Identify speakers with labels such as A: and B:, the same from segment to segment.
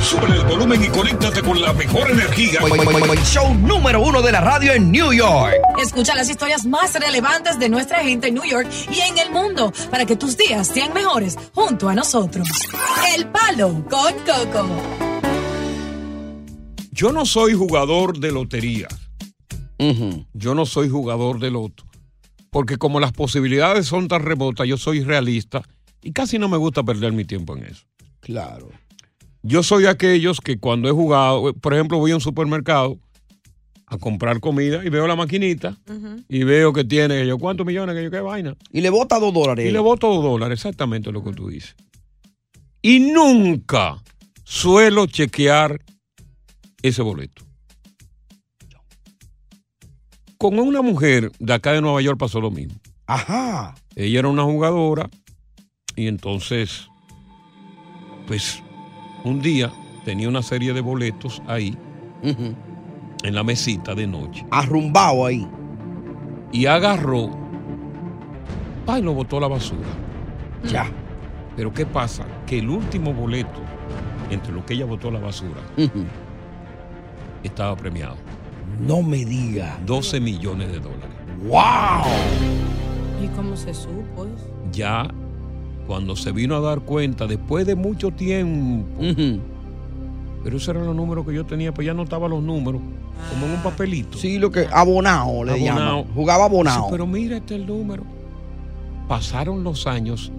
A: Sube el volumen y conéctate con la mejor energía.
B: Show número uno de la radio en New York.
C: Escucha las historias más relevantes de nuestra gente en New York y en el mundo para que tus días sean mejores junto a nosotros. El Palo con Coco.
D: Yo no soy jugador de lotería. Yo no soy jugador de loto. Porque como las posibilidades son tan remotas, yo soy realista y casi no me gusta perder mi tiempo en eso.
E: Claro.
D: Yo soy de aquellos que cuando he jugado, eh, por ejemplo, voy a un supermercado a comprar comida y veo la maquinita y veo que tiene yo cuántos millones, que yo qué vaina.
E: Y le bota dos dólares.
D: Y le voto dos dólares, exactamente lo que tú dices. Y nunca suelo chequear ese boleto. Con una mujer de acá de Nueva York pasó lo mismo.
E: Ajá.
D: Ella era una jugadora y entonces, pues, un día tenía una serie de boletos ahí en la mesita de noche
E: Arrumbado ahí.
D: y agarró, pa, y lo botó a la basura.
E: Ya.
D: Pero ¿qué pasa? Que el último boleto, entre lo que ella botó a la basura, estaba premiado.
E: No me diga.
D: 12 millones de dólares.
E: ¡Wow!
C: ¿Y cómo se supo?
D: Ya cuando se vino a dar cuenta, después de mucho tiempo, pero esos eran los números que yo tenía, pues ya notaba los números, como en un papelito.
E: Sí, lo que. Abonado le
D: Abonado.
E: llaman. Jugaba abonado.
D: Sí, pero mira este el número. Pasaron los años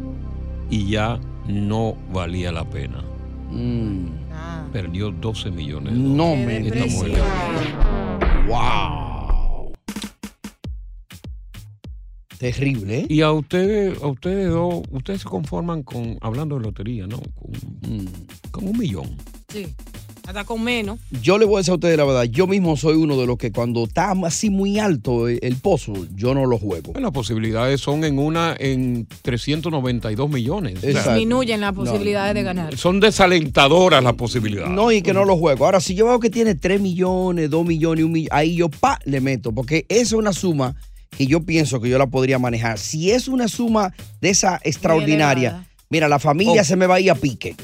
D: y ya no valía la pena.
E: Mm,
D: Perdió 12 millones de dólares.
E: no me
D: Esta
E: diga.
D: mujer.
E: ¡Wow! Terrible, ¿eh?
D: Y a ustedes, a ustedes dos, ustedes se conforman con, hablando de lotería, ¿no? Con,
E: Mm.
D: con un millón.
C: Sí. Hasta con menos.
E: Yo le voy a decir a ustedes la verdad. Yo mismo soy uno de los que cuando está así muy alto el, el pozo, yo no lo juego.
D: Pues las posibilidades son en una en 392 millones. O
C: Eh,
D: sea,
E: Exacto.
C: Disminuyen las
E: No.
C: posibilidades de ganar.
D: son desalentadoras las posibilidades.
E: No, y que no lo juego. Ahora, si yo veo que tiene 3 millones, 2 millones, 1 millón, ahí yo pa, le meto, porque esa es una suma que yo pienso que yo la podría manejar. Si es una suma de esa extraordinaria,
C: elevada.
E: mira, la familia
D: Oh.
E: se me va a ir a pique.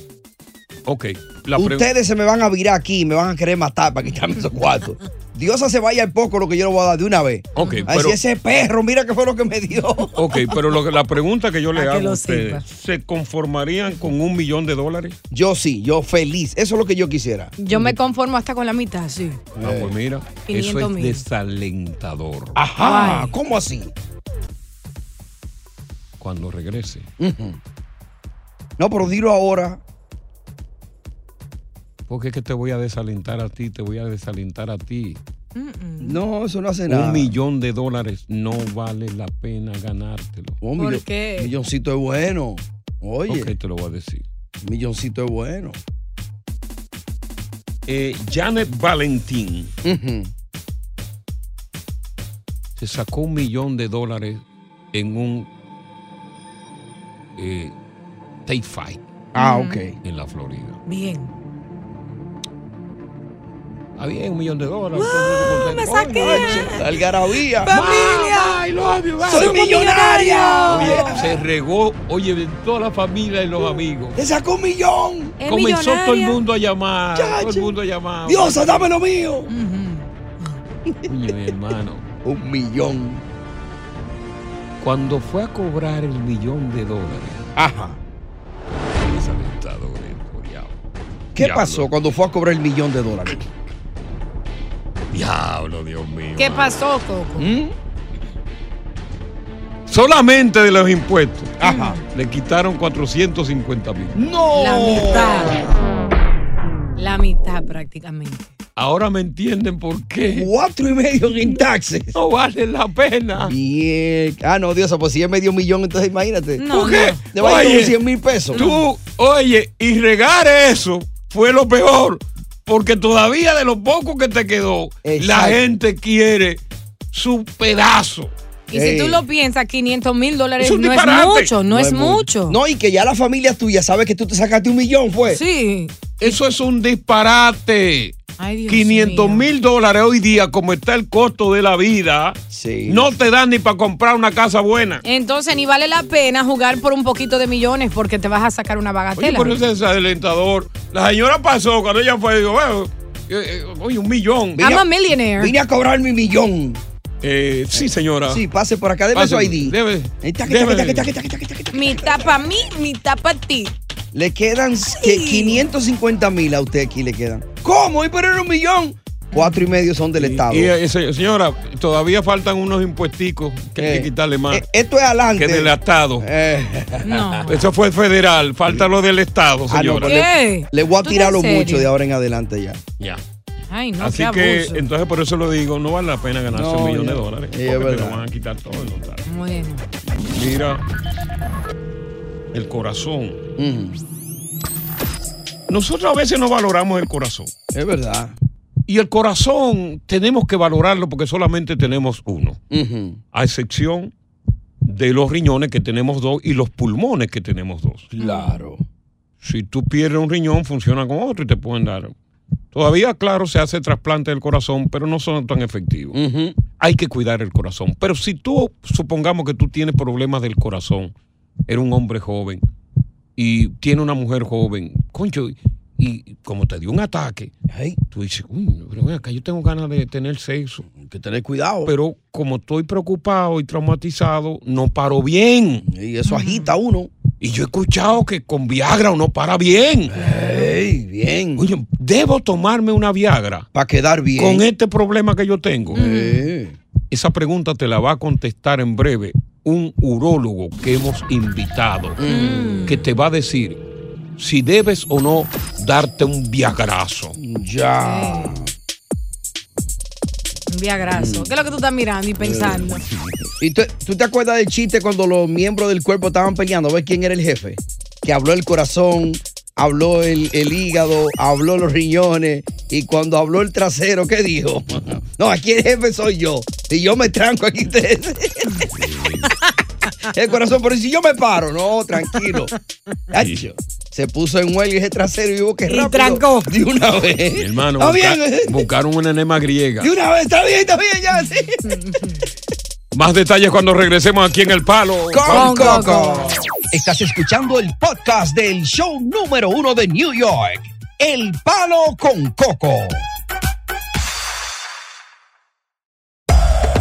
D: Ok. La pre-
E: Ustedes se me van a virar aquí y me van a querer matar para quitarme esos cuartos. Diosa se vaya al poco lo que yo le voy a dar de una vez.
D: Ok,
E: Ay,
D: pero-
E: si ese perro, mira qué fue lo que me dio.
D: Ok, pero lo que- la pregunta que yo le
C: A que
D: hago
C: lo
D: a ustedes, ¿se conformarían con un millón de dólares?
E: Yo sí, yo feliz. Eso es lo que yo quisiera.
C: Yo me conformo hasta con la mitad, sí.
D: Ah, pues mira,
C: 500
D: eso es
C: mil.
D: desalentador.
E: Ajá,
C: Ay.
E: ¿cómo así?
D: Cuando regrese,
E: Ujú. No, pero dilo ahora.
D: porque es que te voy a desalentar a ti, te voy a desalentar a ti.
C: Mm.
E: No, eso no hace nada.
D: Un millón de dólares no vale la pena ganártelo.
E: Oh,
C: ¿Por
E: millo-
C: qué?
E: Milloncito es bueno. Oye,
D: Ok, te lo voy a decir.
E: milloncito es bueno.
D: Eh, Janet Valentín
E: Ujú.
D: se sacó un millón de dólares en un eh, take fight
E: Ah, ok.
D: en la Florida.
C: Bien.
D: Está bien, un millón de dólares.
C: me saqué. Mm.
E: Algarabía.
C: ¡Familia!
D: I love you, bye.
E: ¡Soy
D: Somos
E: millonaria!
D: Oye, se regó, oye, de toda la familia y los amigos.
E: ¡Te sacó un millón!
C: Mm. Es
D: Comenzó todo el
C: millonaria.
D: mundo a llamar. Todo
E: Chacho.
D: el mundo a llamar.
E: ¡Diosa, dame lo mío!
D: Coño, mi hermano.
E: Un millón.
D: Cuando fue a cobrar el millón de dólares,
E: Ajá.
D: qué desalentado, Gregorio.
E: ¿Qué
D: Diablo.
E: pasó cuando fue a cobrar el millón de dólares?
D: Diablo, Dios mío.
C: ¿Qué
D: mano.
C: pasó, Coco?
E: ¿Mm?
D: Solamente de los impuestos.
E: Ajá.
D: Le quitaron 450 mil.
E: ¡No!
C: La mitad. La mitad prácticamente.
D: Ahora me entienden por qué.
E: Cuatro y medio en taxes.
D: No vale la pena.
E: Bien. Ah, no, Diosa, pues si es medio millón, entonces imagínate.
C: No,
D: ¿Por qué?
C: no.
E: Te va a ir
D: Oye,
E: con 100 mil pesos.
D: Tú, oye, y regar eso fue lo peor, porque todavía de lo poco que te quedó, la
E: Exacto.
D: gente quiere su pedazo.
C: Y
E: Ey.
C: si tú lo piensas, 500 mil dólares
D: Es un
C: no es
D: disparate.
C: mucho, no, es mucho.
E: No, y que ya la familia tuya sabe que tú te sacaste un millón,
D: eh.
E: fue.
C: Sí.
D: Eso es un disparate.
C: Ay, Dios
D: 500
C: mío.
D: mil dólares hoy día, como está el costo de la vida,
E: Sí.
D: no te dan ni para comprar una casa
C: Eh,
D: buena.
C: Entonces ni vale la pena jugar por un poquito de millones porque te vas a sacar una
D: Oye,
C: bagatela.
D: por eso es desalentador. La señora pasó cuando ella fue, digo, bueno, eh, eh, oye, un millón.
C: I'm
E: Mira,
C: a millionaire.
E: Vine a cobrar mi millón.
D: Eh, sí, señora.
E: Sí, pase por acá, deme su
D: Pásame,
E: ID.
D: deme,
E: Ahí está, que está,
D: deme.
E: que está, que está, que está, que está, que está.
C: Mitad para mí, mitad para ti.
E: Le quedan que 550 mil a usted aquí le quedan. ¿Cómo? ¿Y pero era un millón? Cuatro y medio son del Estado.
D: Y, eh, se- señora, todavía faltan unos impuesticos que hay
E: Eh,
D: que quitarle más.
E: eh, esto es adelante.
D: que del Estado.
E: Eh,
C: No.
D: Eso fue el federal, falta lo del Estado,
E: Ah, no,
D: señora.
E: pero-
C: ¿Qué?
E: le voy a
C: ¿Tú estás
E: tirarlo
C: en serio?
E: mucho de ahora en adelante ya.
D: Ya.
C: Ay, no,
D: Así
C: qué
D: que,
C: abuso.
D: entonces por eso lo digo, no vale la pena ganarse
E: No,
D: un millón
E: ya.
D: de dólares.
E: Sí, es
D: porque te
E: verdad.
D: lo van a quitar todo. ¿no? Claro.
C: Bueno.
D: Mira, el corazón.
E: Mm,
D: Nosotros a veces no valoramos el corazón.
E: es verdad.
D: Y el corazón tenemos que valorarlo porque solamente tenemos uno.
E: Ujú.
D: a excepción de los riñones que tenemos dos y los pulmones que tenemos dos.
E: Claro.
D: Si tú pierdes un riñón, funciona con otro y te pueden dar. Todavía, claro, se hace trasplante del corazón, pero no son tan efectivos.
E: Ujú.
D: Hay que cuidar el corazón. Pero si tú, supongamos que tú tienes problemas del corazón, eres un hombre joven y tiene una mujer joven, concho, y- y como te dio un ataque,
E: Ay,
D: tú dices, uy, pero ven acá, yo tengo ganas de tener sexo
E: hay que tener cuidado.
D: pero como estoy preocupado y traumatizado, no paro bien.
E: y eso agita a uno.
D: Y yo he escuchado que con Viagra uno para bien.
E: Ey, bien.
D: Oye, debo tomarme una Viagra
E: Para quedar bien.
D: con este problema que yo tengo.
E: Eh,
D: Esa pregunta te la va a contestar en breve un urólogo que hemos invitado,
E: Mm.
D: que te va a decir si debes o no darte un Viagrazo.
E: Mm. Ya.
C: Un viagrazo. ¿Qué es lo que tú estás mirando y pensando?
E: ¿Y tú, tú te acuerdas del chiste cuando los miembros del cuerpo estaban peleando? A ver quién era el jefe. Que habló el corazón, habló el, el hígado, habló los riñones. Y cuando habló el trasero, ¿qué dijo? No, aquí el jefe soy yo. Y yo me tranco aquí. ustedes. el corazón, pero si yo me paro, no, tranquilo. Acho, se puso en huelga ese trasero y hubo que
C: Y
E: rápido.
C: trancó.
E: De una vez.
D: Mi hermano,
E: Está
D: busca-
E: bien.
D: buscaron una enema griega.
E: De una vez, está bien, está bien, ya, sí.
D: Más detalles cuando regresemos aquí en El Palo.
E: con
C: Coco.
E: Coco. Estás escuchando el podcast del show número uno de New York, El Palo con Coco.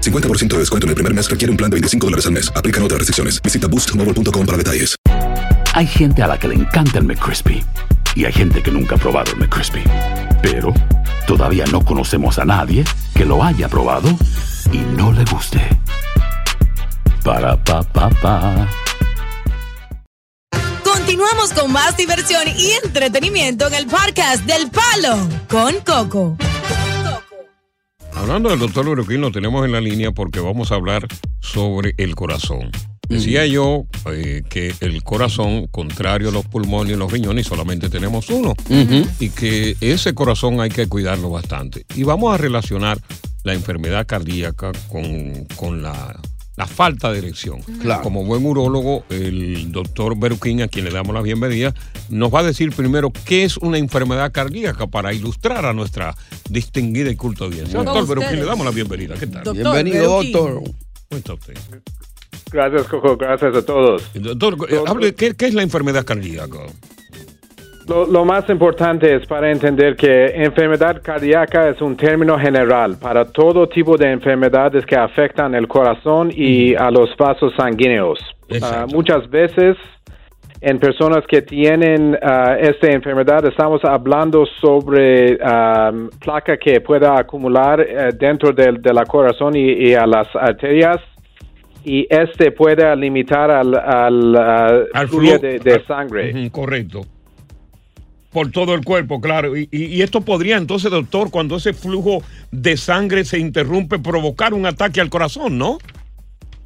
F: 50% de descuento en el primer mes requiere un plan de 25 dólares al mes. Aplican otras restricciones. Visita boostmobile.com para detalles.
G: Hay gente a la que le encanta el McCrispy y hay gente que nunca ha probado el McCrispy. Pero todavía no conocemos a nadie que lo haya probado y no le guste. Para pa pa pa.
C: Continuamos con más diversión y entretenimiento en el podcast del Palo con Coco.
D: Hablando del doctor Uruquín, lo tenemos en la línea porque vamos a hablar sobre el corazón. Decía yo eh, que el corazón, contrario a los pulmones y los riñones, solamente tenemos uno. Y que ese corazón hay que cuidarlo bastante. Y vamos a relacionar la enfermedad cardíaca con, con la, la falta de erección.
E: Claro.
D: Como buen urólogo, el doctor Beruquín, a quien le damos la bienvenida, nos va a decir primero qué es una enfermedad cardíaca para ilustrar a nuestra distinguida y culta audiencia.
H: Bueno.
D: Doctor
H: Con
D: Beruquín, le
H: ustedes.
D: damos la bienvenida. ¿Qué tal?
H: Doctor Bienvenido, Beruquín. doctor.
D: ¿Cómo está usted?
H: Gracias, Coco. Gracias a todos.
D: Doctor, eh, hable, ¿qué, qué es la enfermedad cardíaca?
H: Lo, lo más importante es para entender que enfermedad cardíaca es un término general para todo tipo de enfermedades que afectan el corazón y a los vasos sanguíneos. Ah, muchas veces en personas que tienen ah, esta enfermedad estamos hablando sobre ah, placa que pueda acumular eh, dentro del de la corazón y- y a las arterias y este pueda limitar al, al, ah, flujo de, de sangre.
D: Ujú, correcto. Por todo el cuerpo, claro. Y, y- y esto podría entonces, doctor, cuando ese flujo de sangre se interrumpe, provocar un ataque al corazón, ¿no?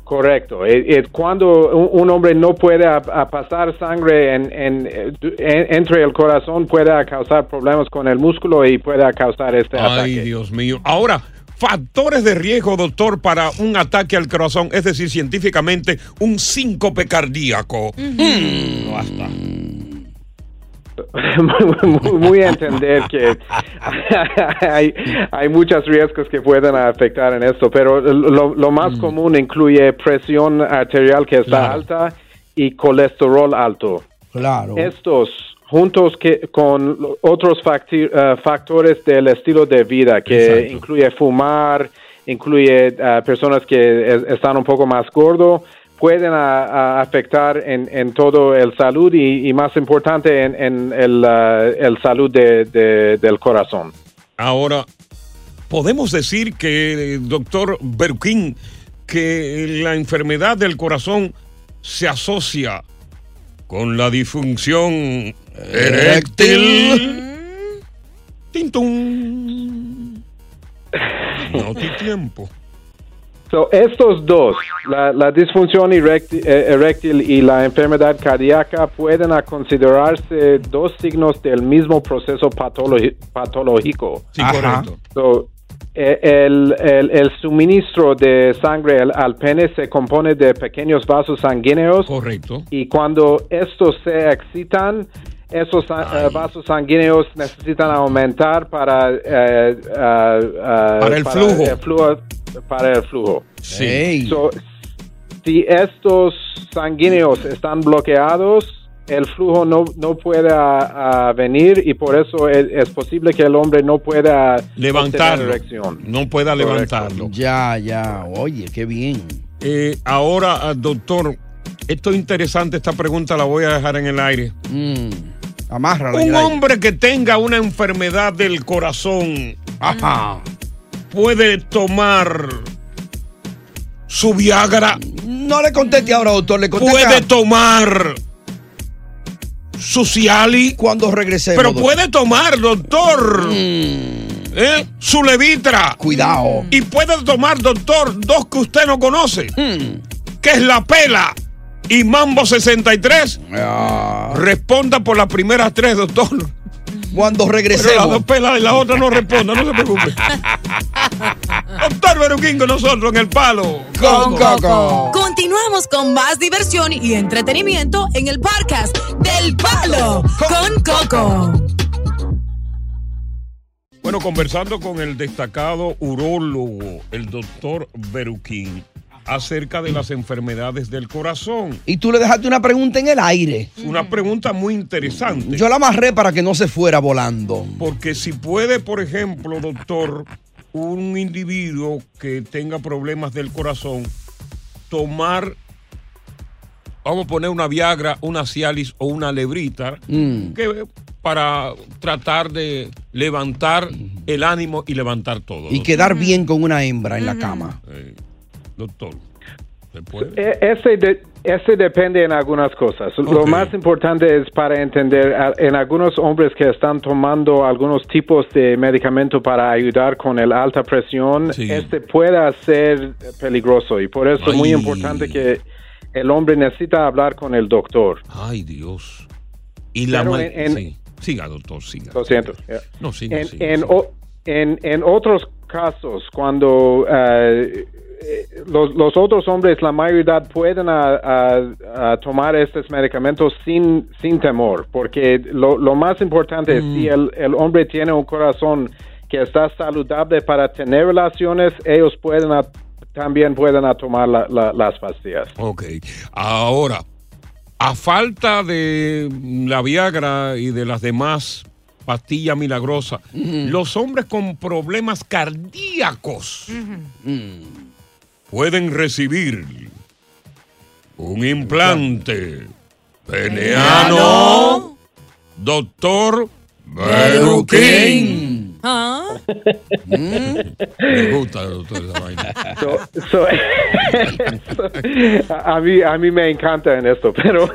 H: Correcto. Eh, eh, cuando un, un hombre no puede a- a pasar sangre en- en, eh, du- en- entre el corazón, puede causar problemas con el músculo y puede causar este
D: Ay, Dios mío. Ahora, factores de riesgo, doctor, para un ataque al corazón, es decir, científicamente, un síncope cardíaco. Mm, basta.
H: ataque. muy, muy entender que hay, hay muchos riesgos que pueden afectar en esto, pero lo, lo más común incluye presión arterial que está alta y colesterol alto.
E: Claro.
H: Eh, Estos, juntos que, con lo- otros facti- eh, factores del estilo de vida, que
I: Exacto.
H: incluye fumar, incluye eh, personas que eh, están un poco más gordo, pueden ah, ah, afectar en, en todo el salud y, y más importante en, en el, ah, el salud de- de- del corazón.
D: Ahora, podemos decir que, eh, doctor Berquín, que la enfermedad del corazón se asocia con la disfunción eréctil. Tintum. No te tiempo.
H: So, estos dos, la, la disfunción erecti- eh, eréctil y la enfermedad cardíaca, pueden a considerarse dos signos del mismo proceso patologi- patológico.
D: Sí, correcto.
H: So, eh, el, el- el suministro de sangre al, al pene se compone de pequeños vasos sanguíneos.
D: Correcto.
H: Y cuando estos se excitan, esos sa- eh, vasos sanguíneos necesitan aumentar para, eh, ah, ah,
D: Para el flujo.
H: el flujo- Para el flujo.
D: Sí.
H: So, si estos sanguíneos están bloqueados, el flujo no, no puede ah, ah, venir y por eso es, es posible que el hombre no pueda
D: Levantarlo.
H: obtener erección.
D: No pueda
H: Correcto.
D: levantarlo.
E: Ya, ya. Oye, qué bien.
D: ahora, ah, doctor, esto es interesante, esta pregunta la voy a dejar en el aire.
E: Mm. Amárrala.
D: Un
E: Yaray.
D: hombre que tenga una enfermedad del corazón
E: Ajá.
D: puede tomar su Viagra.
E: No le conteste ahora, doctor. Le conteste
D: Puede tomar su Ciali.
E: Cuando regresemos.
D: Pero
E: doctor.
D: puede tomar, doctor. ¿eh? Su levitra.
E: Cuidado.
D: Y puede tomar, doctor, dos que usted no conoce. Que es la pela y Mambo 63.
E: Ah,
D: Responda por las primeras tres, doctor.
E: Cuando regresemos.
D: Pero las dos pelas y la otra no responda, no se preocupe. doctor Beruquín con nosotros en el palo.
E: Con Coco.
C: Continuamos con más diversión y entretenimiento en el podcast del Palo con Coco.
D: Bueno, conversando con el destacado urólogo, el doctor Beruquín, acerca de las enfermedades del corazón.
E: Y tú le dejaste una pregunta en el aire.
D: Una pregunta muy interesante.
E: Yo la amarré para que no se fuera volando.
D: Porque si puede, por ejemplo, doctor, un individuo que tenga problemas del corazón tomar, vamos a poner una Viagra, una Cialis o una Lebrita,
E: Mm.
D: que para tratar de levantar el ánimo y levantar todo.
E: Y
D: doctor.
E: quedar bien con una hembra en la cama.
D: Eh, doctor, ¿se puede?
H: E- Ese, de- ese depende en algunas cosas. Lo más importante es para entender a- en algunos hombres que están tomando algunos tipos de medicamento para ayudar con la alta presión, este puede ser peligroso y por eso es muy importante que el hombre necesita hablar con el doctor.
D: Ay, Dios. Y la
H: Pero
D: ma-
H: en- en-
D: sí. Siga, doctor, siga.
H: Lo siento. yeah.
D: No, siga,
H: en,
D: siga,
H: en
D: siga.
H: o- en- en otros casos, cuando eh, eh, los, los otros hombres, la mayoría, pueden ah, ah, ah, tomar estos medicamentos sin, sin temor, porque lo, lo más importante es si el, el hombre tiene un corazón que está saludable para tener relaciones, ellos pueden ah, también pueden ah, tomar la- la- las pastillas.
D: Ok. Ahora, a falta de la Viagra y de las demás pastillas milagrosas, los hombres con problemas cardíacos Mm. pueden recibir un implante peneano, doctor Beruquín.
C: Ah,
D: Me gusta, doctor, esa vaina.
H: So- so- a, a mí, a mí me encanta en esto, pero um,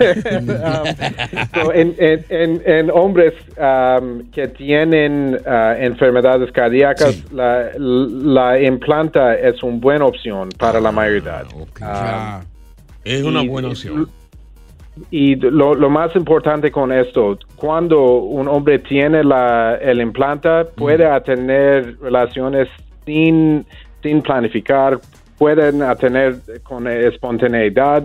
H: so, en, en- en- en hombres um, que tienen ah, enfermedades cardíacas, la, la implanta es una buena opción para la mayoría. Ah,
D: Es una buena opción.
H: y lo, lo más importante con esto, cuando un hombre tiene la, el implanta, puede tener relaciones sin, sin planificar, pueden tener con espontaneidad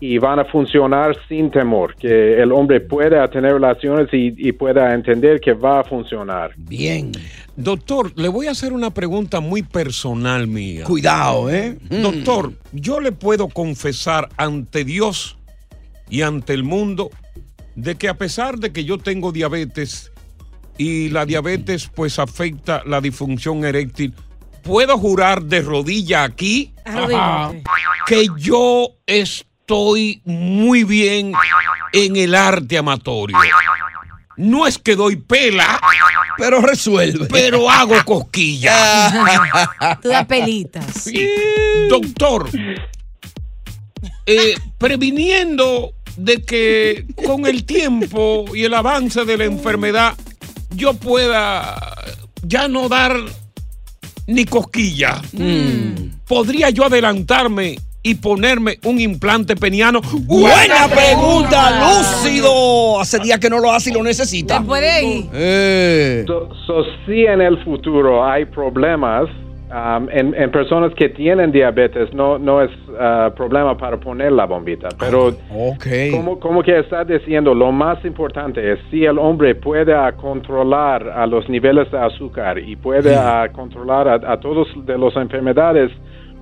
H: y van a funcionar sin temor, que el hombre pueda tener relaciones y, y pueda entender que va a funcionar.
D: Bien. Doctor, le voy a hacer una pregunta muy personal mía. Mm.
E: Cuidado, ¿eh?
D: Doctor, yo le puedo confesar ante Dios y ante el mundo de que a pesar de que yo tengo diabetes y la diabetes pues afecta la disfunción eréctil, puedo jurar de rodilla aquí
C: ah,
I: Arrodíllate.
D: que yo estoy muy bien en el arte amatorio. No es que doy pela,
E: pero resuelve.
D: Pero hago cosquillas.
C: Tú das pelitas.
D: Doctor, eh, previniendo de que con el tiempo y el avance de la enfermedad yo pueda ya no dar ni cosquilla, ¿podría yo adelantarme y ponerme un implante peniano?
E: Buena pregunta, lúcido. Hace días que no lo hace y lo necesita.
H: So, so si en el futuro hay problemas um, en, en personas que tienen diabetes, no, no es ah, problema para poner la bombita. Pero como, como que está diciendo, lo más importante es si el hombre puede ah, controlar a los niveles de azúcar y puede
J: Sí.
H: ah, controlar a, a todos de las enfermedades,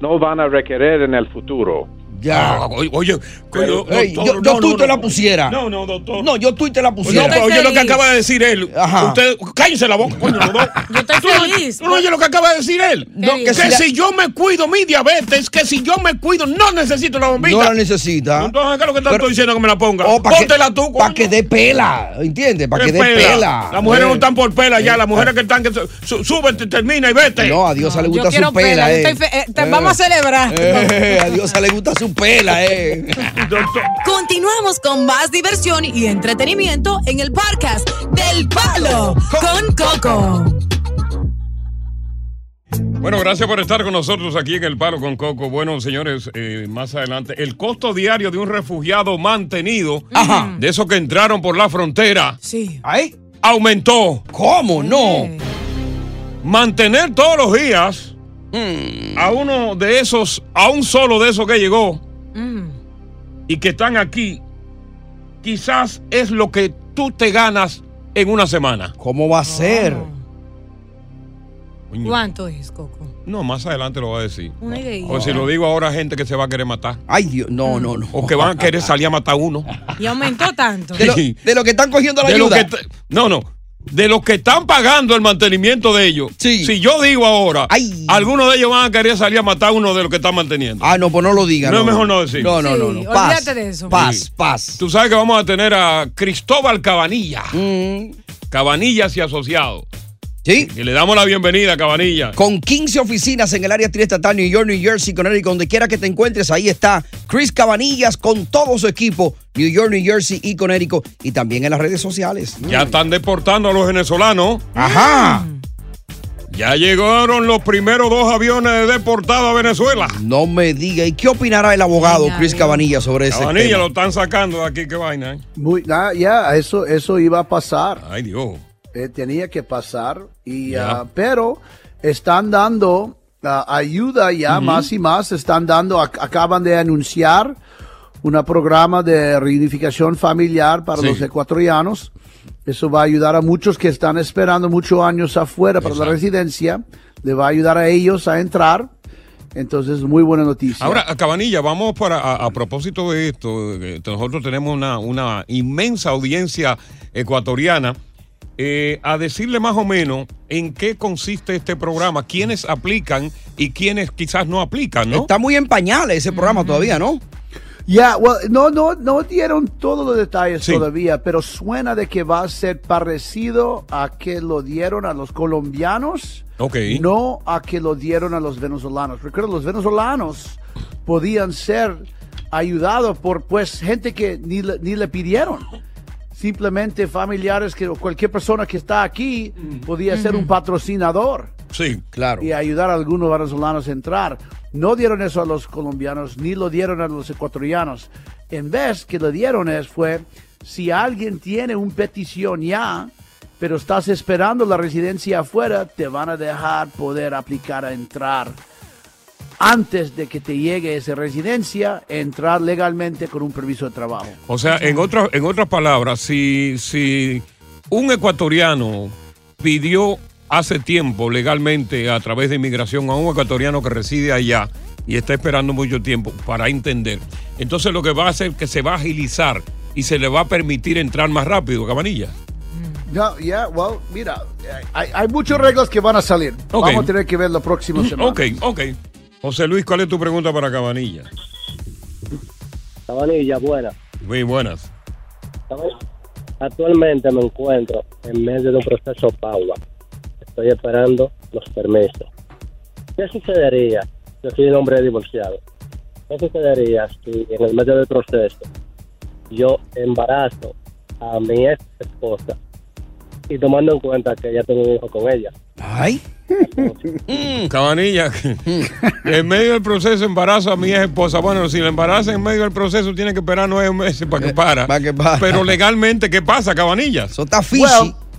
H: no van a requerir en el futuro.
E: Ya.
D: Ah, oye,
H: pero,
E: Ey, yo yo tú te la pusiera. No,
D: no, doctor.
E: No, yo tú te la
D: No,
E: pusiera.
D: pero oye lo que acaba de decir él.
E: Ajá.
D: Usted, cállense la boca, coño, los dos. Yo estoy feliz. No, oye lo que acaba de decir él.
E: No,
D: que
E: que si la-
D: si yo me cuido mi diabetes, que si yo me cuido, no necesito la bombita.
E: No la necesita.
D: Entonces, ¿qué es lo que te estoy diciendo que me la ponga?
E: para que,
D: Póntela tú,
E: Ah. Oh, pa' que dé pela, ¿entiendes? Para que dé pela.
D: Las mujeres no están por pela ya.
E: Eh.
D: Las mujeres que están, que su- su- súbete, termina y vete.
E: No, a Diosa le
D: yo
E: gusta
D: quiero
E: su pela.
D: pela, yo
E: eh.
D: estoy fe- eh, te-
E: Eh.
D: vamos a celebrar.
E: Eh, a Diosa le gusta su pela, eh.
C: Continuamos con más diversión y entretenimiento en el podcast del Palo con Coco.
D: Bueno, gracias por estar con nosotros aquí en El Palo con Coco. Bueno, señores, eh, más adelante, el costo diario de un refugiado mantenido,
E: Mm.
D: de esos que entraron por la frontera, aumentó.
E: ¿Cómo no?
D: Mantener todos los días
E: Mm.
D: a uno de esos, a un solo de esos que llegó
C: Mm.
D: y que están aquí, quizás es lo que tú te ganas en una semana.
E: ¿Cómo va a ser?
C: ¿Cuánto es, Coco?
D: No, más adelante lo voy a decir.
C: Una idea.
D: O si lo digo ahora, gente que se va a querer matar.
E: Ay, Dios, no, no, no.
D: O que van a querer salir a matar a uno.
C: Y aumentó tanto.
E: De lo que están cogiendo la
D: pues, De lo
E: ayuda.
D: que te- no, no. de los que están pagando el mantenimiento de ellos, si yo digo ahora, algunos de ellos van a querer salir a matar a uno de los que están manteniendo.
E: Ah, no, pues no lo digan.
D: No, es mejor no decir.
E: No, no, no. no. Paz.
C: Olvídate de eso.
E: Paz,
C: pues.
E: paz.
D: Tú sabes que vamos a tener a Cristóbal Cabanilla. Cabanillas y asociados.
E: Mm. Sí.
D: Y le damos la bienvenida, Cabanilla.
E: Con 15 oficinas en el área triestatal, New York, New Jersey, Connecticut, donde quiera que te encuentres, ahí está Chris Cabanillas con todo su equipo, New York, New Jersey y Connecticut, y también en las redes sociales.
D: Ya están deportando a los venezolanos.
E: Ajá.
C: Mm.
D: Ya llegaron los primeros dos aviones de deportado a Venezuela.
E: No me diga, ¿y qué opinará el abogado Chris Cabanilla sobre ese
D: Cabanilla
E: tema?
D: lo están sacando de aquí, qué vaina. ¿eh?
I: Muy- ah, ya, eso, eso iba a pasar.
D: Ay, Dios.
I: Eh, tenía que pasar. Y,
D: Ya.
I: ah, pero están dando ah, ayuda ya
J: Ujú.
I: más y más. Están dando, ac- acaban de anunciar un programa de reunificación familiar para
J: Sí.
I: los ecuatorianos. Eso va a ayudar a muchos que están esperando muchos años afuera para la residencia. Le va a ayudar a ellos a entrar. Entonces, muy buena noticia.
D: Ahora, a Cabanilla, vamos para, a, a propósito de esto, eh, nosotros tenemos una, una inmensa audiencia ecuatoriana, eh, a decirle más o menos en qué consiste este programa, quiénes aplican y quiénes quizás no aplican, ¿no?
E: Está muy en pañales ese programa todavía, ¿no?
I: Ya, well, no, no, no dieron todos los detalles todavía, pero suena de que va a ser parecido a que lo dieron a los colombianos,
D: Ok.
I: no a que lo dieron a los venezolanos. Recuerda, los venezolanos podían ser ayudados por pues gente que ni le, ni le pidieron. Simplemente familiares que o cualquier persona que está aquí pues, podía ser un patrocinador
D: Sí,
E: claro.
I: y ayudar a algunos venezolanos a entrar. No dieron eso a los colombianos ni lo dieron a los ecuatorianos. En vez que lo dieron es fue si alguien tiene una petición ya, pero estás esperando la residencia afuera, te van a dejar poder aplicar a entrar antes de que te llegue esa residencia, entrar legalmente con un permiso de trabajo.
D: O sea, en otras en otras palabras, si, si un ecuatoriano pidió hace tiempo legalmente a través de inmigración a un ecuatoriano que reside allá y está esperando mucho tiempo para entender, entonces lo que va a hacer es que se va a agilizar y se le va a permitir entrar más rápido, Cabanilla.
I: No, ya, well, mira, eh, hay, hay muchas reglas que van a salir.
D: Ok. Mm,
I: Vamos a tener que ver la próxima semana.
D: Ok, ok. José Luis, ¿cuál es tu pregunta para Cabanilla?
K: Cabanilla, buena.
D: Muy buenas.
K: Actualmente me encuentro en medio de un proceso PAUA. Estoy esperando los permisos. ¿Qué sucedería? Yo soy un hombre divorciado. ¿Qué sucedería si en el medio del proceso yo embarazo a mi ex esposa y tomando en cuenta que ya tengo un hijo con ella?
E: Ay.
D: Mm. Cabanilla, en medio del proceso embarazo a mi ex esposa. Bueno, si la embaraza en medio del proceso, tiene que esperar nueve meses para que Eh, para. Pero legalmente, ¿qué pasa, Cabanilla? Eso
E: está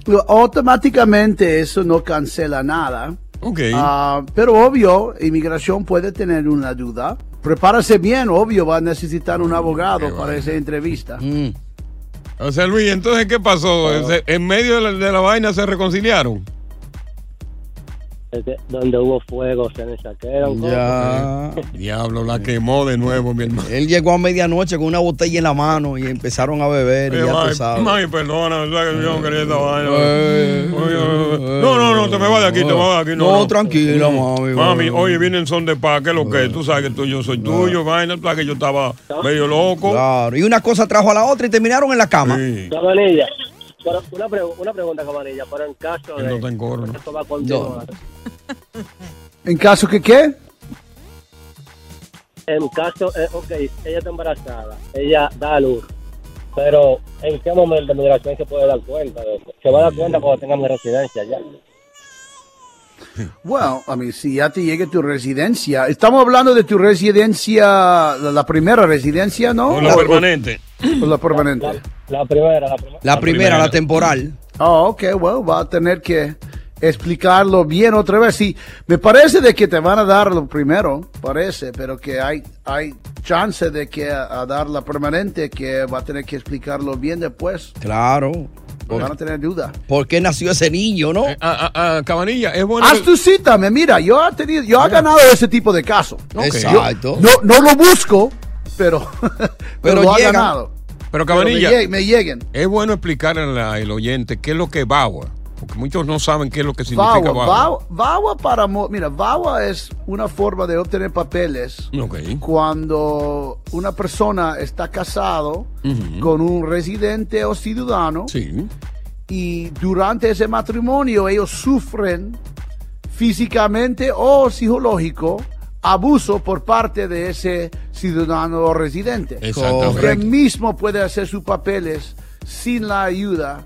I: Well, automáticamente eso no cancela nada.
D: Ok.
I: Ah, pero obvio, inmigración puede tener una duda. Prepárase bien, obvio, va a necesitar un abogado para esa entrevista.
D: O sea, Luis, entonces, ¿qué pasó? Se- En medio de la, de la vaina se reconciliaron.
K: Es que Donde hubo fuego, se me saquearon.
E: Ya.
D: Diablo, la quemó de nuevo, mi hermano.
E: Él llegó a medianoche con una botella en la mano y empezaron a beber. y
D: Eh,
E: ya tú
D: mami,
E: sabes.
D: mami, perdona, o sea, que yo no quería esta vaina. Oye, oye, no, no, no, te me vas de aquí, te me vas de aquí. No,
E: Eh, No, tranquila, mami,
D: Mami,
E: mami.
D: oye, vienen son de paz, ¿qué es lo que? es? Tú sabes que tú, yo soy tuyo, vaina, tú sabes que yo estaba medio loco.
E: Claro, y una cosa trajo a la otra y terminaron en la cama.
K: Cabanilla. Pero una, pregu- una pregunta, Cabanilla, pero en caso de... Esto va a continuar.
I: ¿En caso que qué?
K: En caso, eh, ok, ella está embarazada, ella da a luz, pero ¿en qué momento migración se puede dar cuenta? de eso? Se va a dar cuenta cuando tenga mi residencia ya.
I: Bueno, a mí, si ya te llegue tu residencia, estamos hablando de tu residencia, la, la primera residencia,
K: Oh.
I: ¿no?
D: O la permanente.
I: o la permanente.
K: La, primera, la
D: Eh,
K: primera.
E: La primera, la temporal.
I: Ah, ok, bueno, va a tener que explicarlo bien otra vez. Sí, me parece de que te van a dar lo primero, parece, pero que hay, hay chance de que a, a dar la permanente que va a tener que explicarlo bien después.
E: Claro.
I: Van a tener duda.
E: ¿Por qué nació ese niño,
D: Eh,
E: no?
D: Cabanilla, es bueno.
I: Haz tu cita, me mira, yo he tenido, yo he ganado ese tipo de caso.
E: Exacto.
I: Yo- no, no lo busco, pero, pero,
E: Pero
I: lo ha
E: llegan.
I: ganado.
D: Pero
H: Pero me
D: Cabanilla,
H: lleg- me lleguen.
D: es bueno explicar al al oyente qué es lo que VAWA, porque muchos no saben qué es lo que significa
H: VAWA,
D: VAWA.
H: VAWA, VAWA para... mo- Mira, VAWA es una forma de obtener papeles
D: Ok.
H: cuando una persona está casado
D: Ujú.
H: con un residente o ciudadano
D: Sí.
H: y durante ese matrimonio ellos sufren físicamente o psicológico abuso por parte de ese ciudadano o residente.
D: Exactamente.
H: Usted mismo puede hacer sus papeles sin la ayuda